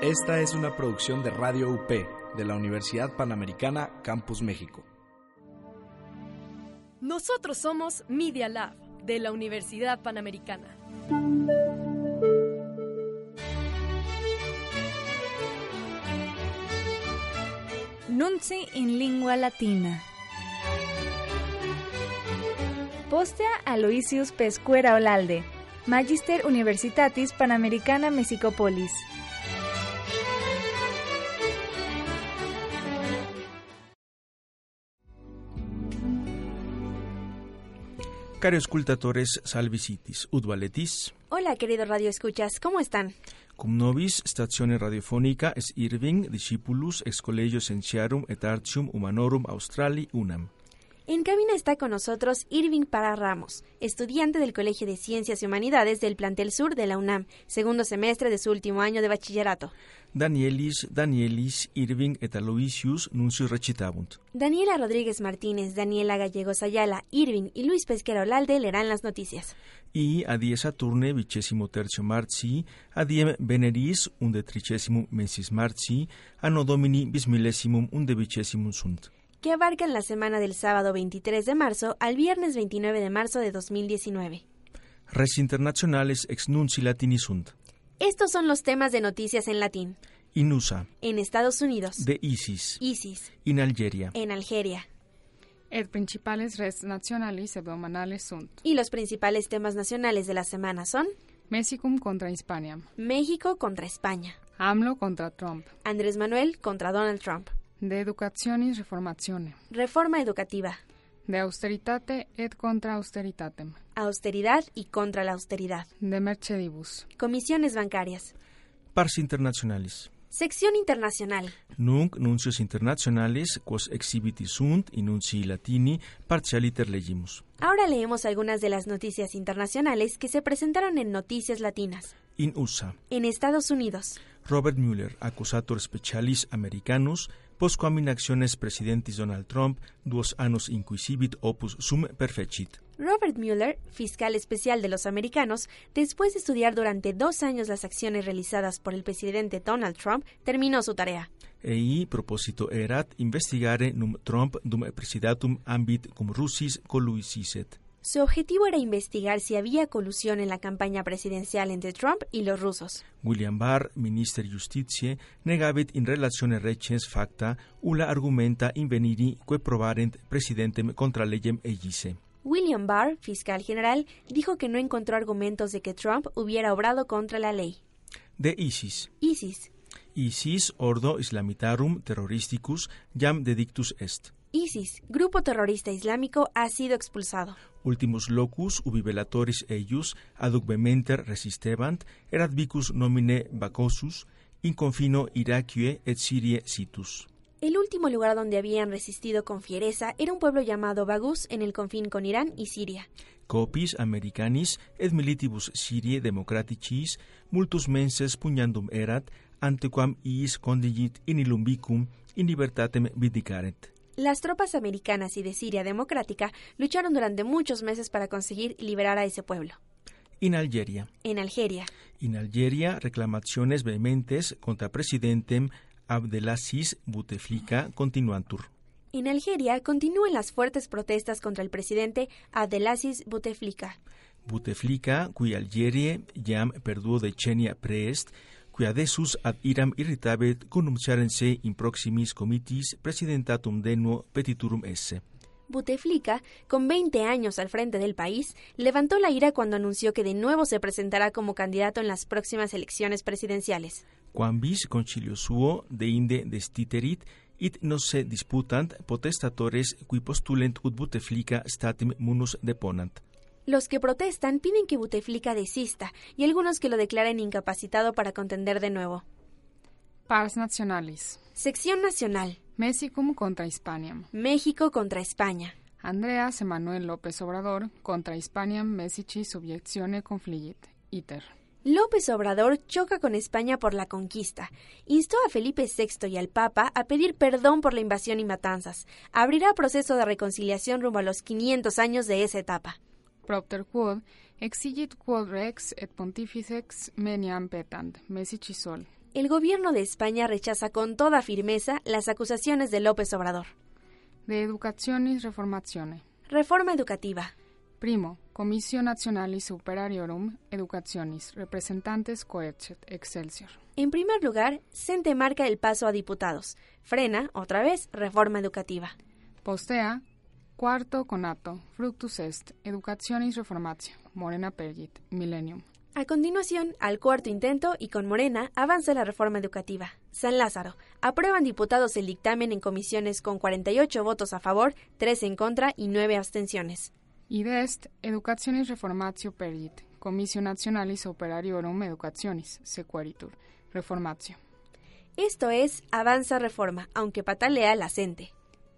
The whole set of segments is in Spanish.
Esta es una producción de Radio UP de la Universidad Panamericana Campus México. Nosotros somos Media Lab de la Universidad Panamericana. Nunzi en lingua latina. Postea Aloysius Pescuera Olalde, Magister Universitatis Panamericana Mexicopolis. Cari escultatores salvicitis, udvaletis. Hola, querido Radio Escuchas, ¿cómo están? Cum novis stazione radiofonica es Irving discipulus ex collegio scientiarum et artium humanorum Australi UNAM. En cabina está con nosotros Irving Para Ramos, estudiante del Colegio de Ciencias y Humanidades del plantel sur de la UNAM, segundo semestre de su último año de bachillerato. Danielis, Danielis, Irving et Aloysius nuncius recitabunt. Daniela Rodríguez Martínez, Daniela Gallegos Ayala, Irving y Luis Pesquera Olalde leerán las noticias. Y a die Saturne vicesimo tercio marzi, a diem veneris undetricesimum mensis marzi, anno domini bismilesimum undevicessimum sunt que abarcan la semana del sábado 23 de marzo al viernes 29 de marzo de 2019. Res internacionales ex nunci latini sunt. Estos son los temas de noticias en latín. Inusa. En Estados Unidos. De ISIS. ISIS. In Algeria. En Algeria. El principales res nacionales abdominales sunt. Y los principales temas nacionales de la semana son. México contra España. México contra España. AMLO contra Trump. Andrés Manuel contra Donald Trump. De educación y reformación. Reforma educativa. De austeritate et contra austeritatem. Austeridad y contra la austeridad. De mercedibus. Comisiones bancarias. Pars internacionales. Sección internacional. Nunc nuncios internacionales, quos exhibiti sunt in nunci latini, partialiter legimus. Ahora leemos algunas de las noticias internacionales que se presentaron en Noticias Latinas. In USA. En Estados Unidos. Robert Mueller, acusator specialis americanus, postquam in acciones presidentis Donald Trump, duos annos inquisibit opus sum perfecit. Robert Mueller, fiscal especial de los americanos, después de estudiar durante dos años las acciones realizadas por el presidente Donald Trump, terminó su tarea. Ei proposito erat investigare num Trump dum presidatum ambit cum Russis colluisiset. Su objetivo era investigar si había colusión en la campaña presidencial entre Trump y los rusos. William Barr, minister Justitie, negavit in relatione recens facta ulla argumenta inveniri que probarent presidentem contra legem egise. William Barr, fiscal general, dijo que no encontró argumentos de que Trump hubiera obrado contra la ley. De ISIS. ISIS. ISIS, ordo islamitarum terroristicus, jam dedictus est. ISIS, grupo terrorista islámico, ha sido expulsado. Ultimus locus ubi velatoris eius aduc vehementer resistebant, erat vicus nomine bacosus, in confino Iraquie et Sirie situs. El último lugar donde habían resistido con fiereza era un pueblo llamado Bagus en el confín con Irán y Siria. Copis americanis et militibus Sirie democraticis multus menses pugnandum erat antequam iis condigit in illumbicum in libertatem vindicaret. Las tropas americanas y de Siria Democrática lucharon durante muchos meses para conseguir liberar a ese pueblo. En Algeria. En Algeria. En Algeria, reclamaciones vehementes contra presidentem Abdelaziz Bouteflika continuantur. En Algeria continúan las fuertes protestas contra el presidente Abdelaziz Bouteflika. Bouteflika, cui Algerie jam perduo decenia prest, quia desus ad iram irritabet connunciarense in proximis comitis presidentatum denuo petiturum esse. Buteflika, con 20 años al frente del país, levantó la ira cuando anunció que de nuevo se presentará como candidato en las próximas elecciones presidenciales. Quambis concilio suo deinde destiterit it no se disputant potestatores qui postulent ut Buteflika statim munus deponant. Los que protestan piden que Buteflika desista y algunos que lo declaren incapacitado para contender de nuevo. Pars Nacionales. Sección Nacional. México contra España. México contra España. Andreas Emanuel López Obrador contra España Messici subyeccione confligit. Iter. López Obrador choca con España por la conquista. Instó a Felipe VI y al Papa a pedir perdón por la invasión y matanzas. Abrirá proceso de reconciliación rumbo a los 500 años de esa etapa. Propter quod exigit quod rex et pontificex meniam petant, messici sol. el gobierno de España rechaza con toda firmeza las acusaciones de López Obrador. De Educationis Reformatione. Reforma educativa. Primo, Comisio Nationalis Superiorum Educationis, representantes coetet Excelsior. En primer lugar, Sente marca el paso a diputados. Frena, otra vez, reforma educativa. Postea, cuarto conato, fructus est, Educationis Reformatio, Morena Pergit, Millennium. A continuación, al cuarto intento y con Morena, avanza la reforma educativa. San Lázaro. Aprueban diputados el dictamen en comisiones con 48 votos a favor, 3 en contra y 9 abstenciones. Idest, Educationis Reformatio Pergit, Comisio Nationalis Operariorum Educationis, Sequeritur, Reformatio. Esto es Avanza Reforma, aunque patalea la CENTE.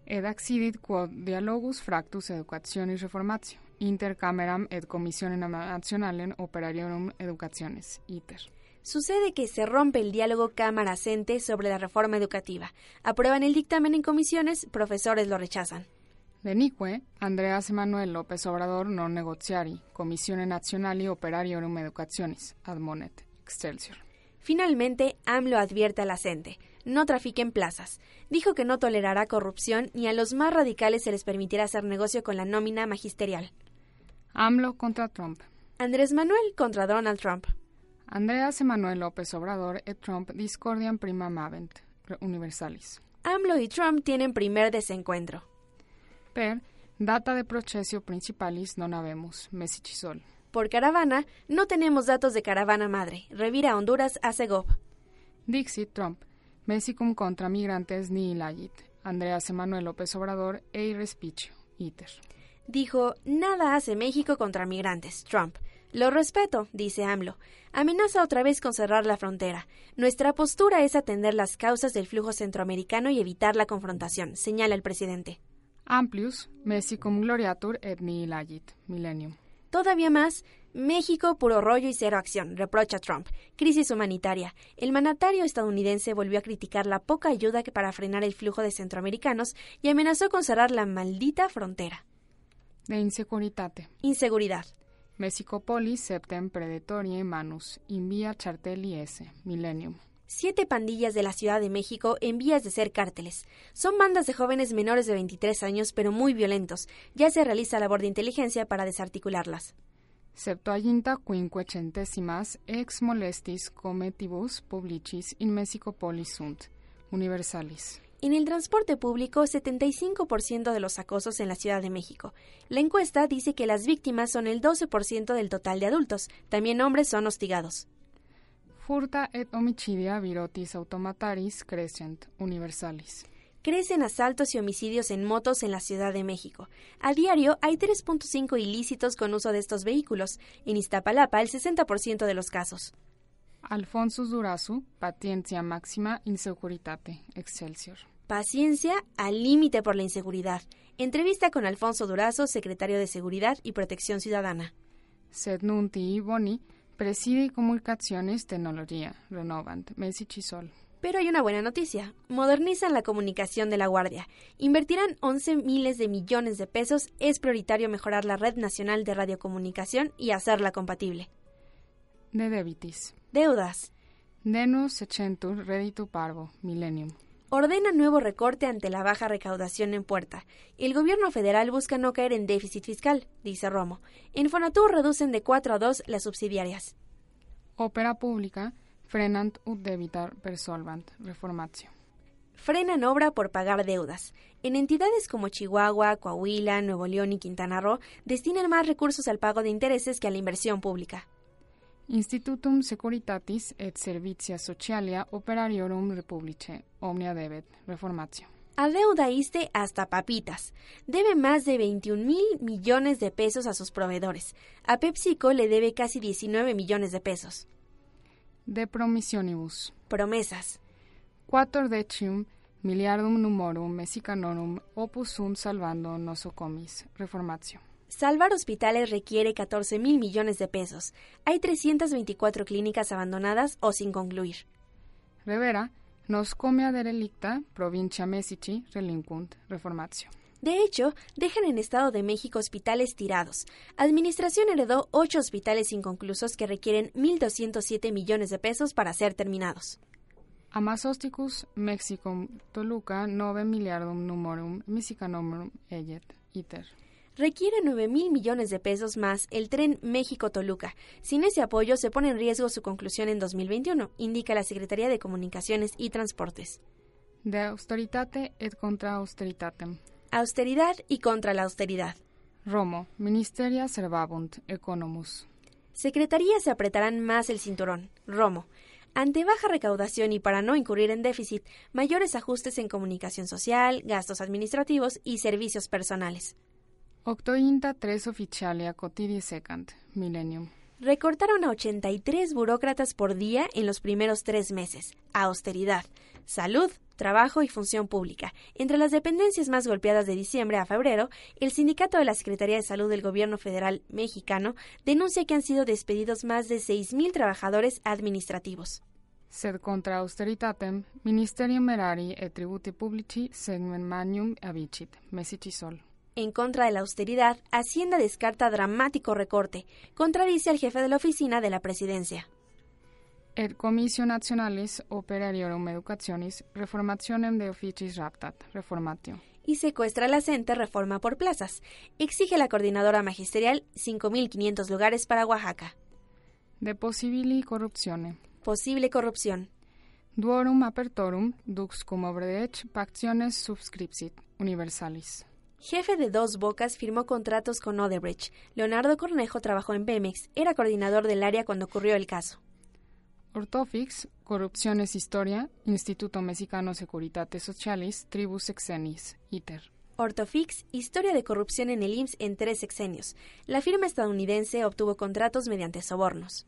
Ed accidit quod dialogus fractus educationis reformatio, inter cameram et commissionem nationalem operariorum educationes, iter. Sucede que se rompe el diálogo Cámara-CENTE sobre la reforma educativa. Aprueban el dictamen en comisiones, profesores lo rechazan. Denique, Andreas Manuel López Obrador non negoziari, Commissione Nazionali Operariorum Educationis, Admonet, Excelsior. Finalmente, AMLO advierte a la CENTE. No trafiquen plazas. Dijo que no tolerará corrupción ni a los más radicales se les permitirá hacer negocio con la nómina magisterial. AMLO contra Trump. Andrés Manuel contra Donald Trump. Andreas Manuel López Obrador et Trump discordian prima mavent, universalis. AMLO y Trump tienen primer desencuentro. Per, data de procesio principalis non habemus, mesicisol. Por caravana, no tenemos datos de caravana madre. Revira Honduras a Segov. Dixit Trump, Messicum contra migrantes ni ilagit. Andreas Emanuel López Obrador e irrespicio, iter. Dijo, nada hace México contra migrantes, Trump. Lo respeto, dice AMLO. Amenaza otra vez con cerrar la frontera. Nuestra postura es atender las causas del flujo centroamericano y evitar la confrontación, señala el presidente. Amplius, Messicum gloriatur et ni ilagit, millennium. Todavía más, México, puro rollo y cero acción, reprocha Trump. Crisis humanitaria. El mandatario estadounidense volvió a criticar la poca ayuda que para frenar el flujo de centroamericanos y amenazó con cerrar la maldita frontera. De insecuritate. Inseguridad. Messicopolis septem predatorie manus, invia charteli esse, millennium. Siete pandillas de la Ciudad de México en vías de ser cárteles. Son bandas de jóvenes menores de 23 años, pero muy violentos. Ya se realiza labor de inteligencia para desarticularlas. Septuaginta quinquecentesimas ex molestis cometibus publicis in Messicopolis sunt, universalis. En el transporte público, 75% de los acosos en la Ciudad de México. La encuesta dice que las víctimas son el 12% del total de adultos. También hombres son hostigados. Furta et homicidia virotis automataris crescent, universalis crecen asaltos y homicidios en motos en la Ciudad de México. A diario hay 3.5 ilícitos con uso de estos vehículos, en Iztapalapa el 60% de los casos. Alfonso Durazu, Paciencia Máxima Insecuritate, Excelsior. Paciencia al límite por la inseguridad. Entrevista con Alfonso Durazo, secretario de Seguridad y Protección Ciudadana. Sed nunti y boni, preside comunicaciones, tecnología, renovant, Sol. Pero hay una buena noticia. Modernizan la comunicación de la Guardia. Invertirán 11 miles de millones de pesos. Es prioritario mejorar la red nacional de radiocomunicación y hacerla compatible. De debitis. Deudas. Denus secentur reditu parvo, millennium. Ordena nuevo recorte ante la baja recaudación en puerta. El gobierno federal busca no caer en déficit fiscal, dice Romo. En Fonatur reducen de 4 a 2 las subsidiarias. Ópera pública frenant ut debitar per solvant, reformatio. Frenan obra por pagar deudas. En entidades como Chihuahua, Coahuila, Nuevo León y Quintana Roo, destinan más recursos al pago de intereses que a la inversión pública. Institutum Securitatis et Servitia Socialia Operariorum Republice, Omnia Debet, Reformatio. Adeuda ISTE hasta papitas. Debe más de 21 mil millones de pesos a sus proveedores. A PepsiCo le debe casi 19 millones de pesos de promissionibus. Promesas. Quator decium miliardum numorum mexicanorum opus sunt salvando nosocomis. Reformatio. Salvar hospitales requiere 14 mil millones de pesos. Hay 324 clínicas abandonadas o sin concluir. Revera, noscomia derelicta, provincia Messici, relinquunt, reformatio. De hecho, dejan en Estado de México hospitales tirados. Administración heredó ocho hospitales inconclusos que requieren 1.207 millones de pesos para ser terminados. Amasosticus Mexicum Toluca nove miliardum numorum Mexicanorum eget iter. Requiere 9 mil millones de pesos más el tren México-Toluca. Sin ese apoyo se pone en riesgo su conclusión en 2021, indica la Secretaría de Comunicaciones y Transportes. De austeritate et contra austeritatem. Austeridad y contra la austeridad. Romo, Ministeria Servabunt, Economus. Secretarías se apretarán más el cinturón. Romo. Ante baja recaudación y para no incurrir en déficit, mayores ajustes en comunicación social, gastos administrativos y servicios personales. Octointa tres officialia cotidi secant, millennium. Recortaron a 83 burócratas por día en los primeros tres meses. Austeridad, salud, trabajo y función pública. Entre las dependencias más golpeadas de diciembre a febrero, el sindicato de la Secretaría de Salud del Gobierno Federal Mexicano denuncia que han sido despedidos más de 6.000 trabajadores administrativos. Sed contra austeritatem, ministerium erari et tributi publici segmen manium avicit, mesici sol. En contra de la austeridad, Hacienda descarta dramático recorte, contradice al jefe de la oficina de la presidencia. Et commissio nationalis operariorum educationis reformationem de officis raptat, reformatio. Y secuestra la CENTE reforma por plazas. Exige la coordinadora magisterial 5.500 lugares para Oaxaca. De possibili corruptione. Posible corrupción. Duorum apertorum dux cum obredec pactiones subscripsit universalis. Jefe de Dos Bocas firmó contratos con Odebrecht. Leonardo Cornejo trabajó en Pemex, era coordinador del área cuando ocurrió el caso. Ortofix, Corrupciones Historia, Instituto Mexicano Securitate Socialis, Tribus Exenis, ITER. Ortofix, historia de corrupción en el IMSS en tres sexenios. La firma estadounidense obtuvo contratos mediante sobornos.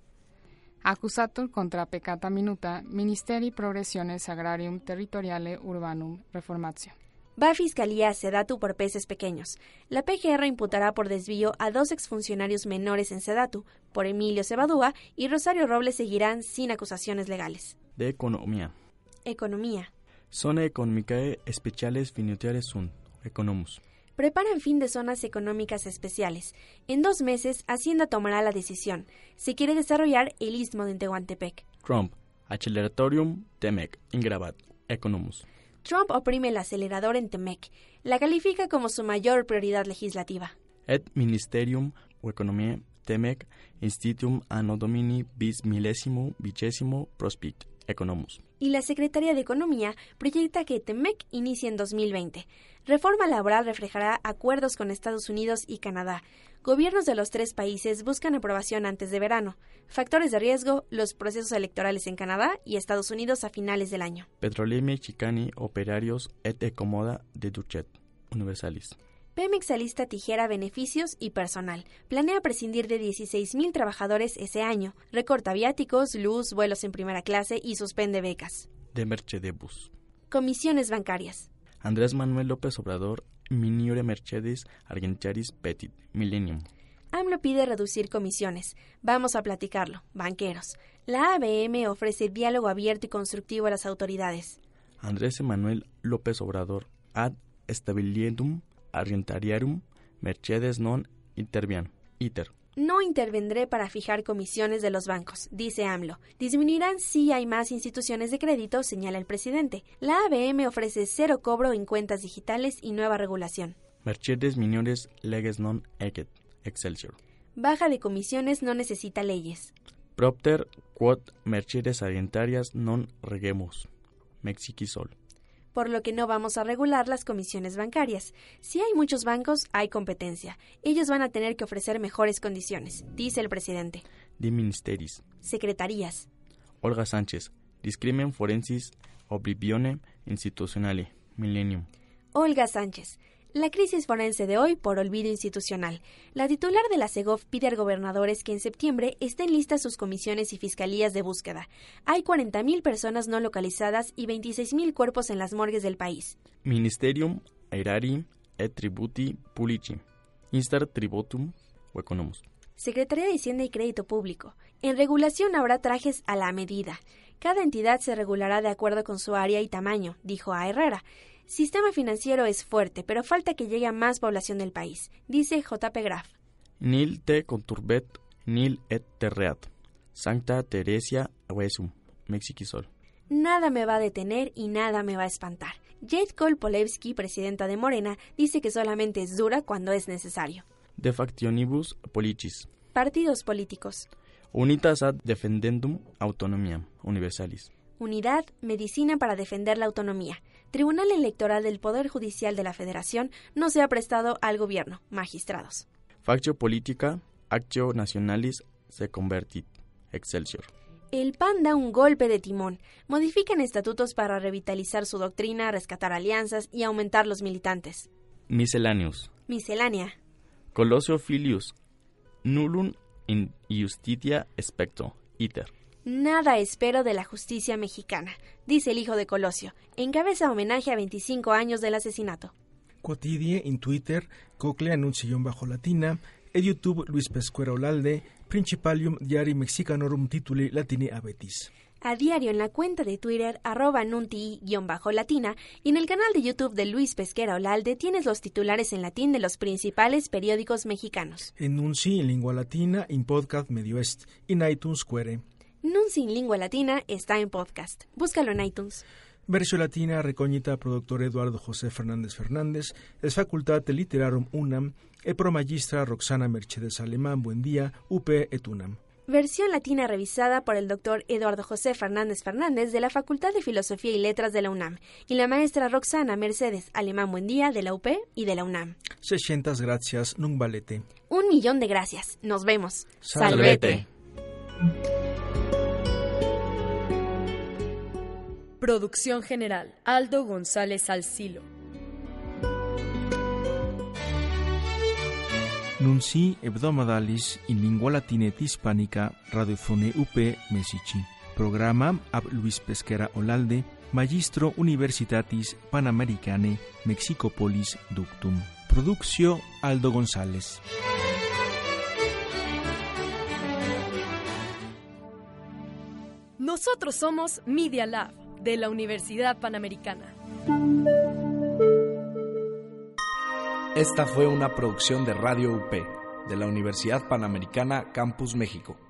Accusator contra peccata minuta, Ministeri Progressiones Agrarium Territoriale Urbanum, Reformatio. Va a Fiscalía a Sedatu por peces pequeños. La PGR imputará por desvío a dos exfuncionarios menores en Sedatu, por Emilio Cebadúa y Rosario Robles seguirán sin acusaciones legales. de economía. Economía. Zona economicae speciales finitiare sunt, economus. Preparan fin de zonas económicas especiales. En dos meses, Hacienda tomará la decisión. Se quiere desarrollar el istmo de Tehuantepec. Trump, acceleratorium temec, ingravat, economus. Trump oprime el acelerador en Temec. La califica como su mayor prioridad legislativa. Et ministerium economiae temec institutum anno domini bis millesimo vicesimo prospit, economus. y la Secretaría de Economía proyecta que TEMEC inicie en 2020. Reforma laboral reflejará acuerdos con Estados Unidos y Canadá. Gobiernos de los tres países buscan aprobación antes de verano. Factores de riesgo, los procesos electorales en Canadá y Estados Unidos a finales del año. Petrolimi chicani operarios et ecomoda de duchet, universalis. Pemex alista tijera beneficios y personal. Planea prescindir de 16.000 trabajadores ese año. Recorta viáticos, luz, vuelos en primera clase y suspende becas. De mercedebus. Comisiones bancarias. Andrés Manuel López Obrador, miniore mercedes argentaris petit, millennium. AMLO pide reducir comisiones. Vamos a platicarlo, banqueros. La ABM ofrece diálogo abierto y constructivo a las autoridades. Andrés Emanuel López Obrador ad stabiliendum argentariarum mercedes non intervian. Iter. No intervendré para fijar comisiones de los bancos, dice AMLO. Disminuirán si hay más instituciones de crédito, señala el presidente. La ABM ofrece cero cobro en cuentas digitales y nueva regulación. Mercedes miniores leges non eget. Excelsior. Baja de comisiones no necesita leyes. Propter quod mercedes argentarias non regemus. Mexicisol. por lo que no vamos a regular las comisiones bancarias. Si hay muchos bancos, hay competencia. Ellos van a tener que ofrecer mejores condiciones, dice el presidente. Di ministeris. Secretarías. Olga Sánchez. Discrimen forensis oblivione institutionale. Millennium. Olga Sánchez. La crisis forense de hoy por olvido institucional. La titular de la SEGOV pide a gobernadores que en septiembre estén listas sus comisiones y fiscalías de búsqueda. Hay 40.000 personas no localizadas y 26.000 cuerpos en las morgues del país. Ministerium aerari et tributi publici. Instar tributum o economus. Secretaría de Hacienda y Crédito Público. En regulación habrá trajes a la medida. Cada entidad se regulará de acuerdo con su área y tamaño, dijo a Herrera. Sistema financiero es fuerte, pero falta que llegue a más población del país, dice JP Graf. Nil te conturbet, nil et terreat. Sancta Teresia vesum, Mexicisol. Nada me va a detener y nada me va a espantar. Jade Cole Polewski, presidenta de Morena, dice que solamente es dura cuando es necesario. De factionibus policis. Partidos políticos. Unitas ad defendendum autonomiam universalis. Unidad, medicina para defender la autonomía. Tribunal Electoral del Poder Judicial de la Federación no se ha prestado al gobierno, magistrados. Factio politica actio nationalis se convertit. Excelsior. El PAN da un golpe de timón. Modifican estatutos para revitalizar su doctrina, rescatar alianzas y aumentar los militantes. Miscellaneus. Miscelánea. Colosio filius. Nullum in iustitia specto. Iter. Nada espero de la justicia mexicana, dice el hijo de Colosio. Encabeza homenaje a 25 años del asesinato. Quotidie en Twitter, Cocle Anuncium bajo latina, e YouTube Luis Pescuero Olalde, Principalium Diari Mexicanorum Tituli Latine Abetis. A diario en la cuenta de Twitter, arroba nunti-latina, y en el canal de YouTube de Luis Pesquera Olalde tienes los titulares en latín de los principales periódicos mexicanos. En Nunci en lengua latina, in podcast Medio Est, in iTunes Quere. Nunci en lengua latina está en podcast. Búscalo en iTunes. Versión latina recógnita productor Eduardo José Fernández Fernández, es Facultad de Literarum UNAM, e pro magistra Roxana Mercedes Alemán, buen día, UP et UNAM. Versión latina revisada por el doctor Eduardo José Fernández Fernández de la Facultad de Filosofía y Letras de la UNAM y la maestra Roxana Mercedes Alemán Buendía de la UP y de la UNAM. 600 gracias, nun valete. Un millón de gracias. Nos vemos. Salvete. Producción general. Aldo González Salcilo. Nunci hebdomadalis in lingua latina et hispánica radiofone UP Messici. Programa ab Luis Pesquera Olalde, Magistro Universitatis Panamericane Mexicopolis Ductum. Produccio Aldo González. Nosotros somos Media Lab de la Universidad Panamericana. Esta fue una producción de Radio UP de la Universidad Panamericana Campus México.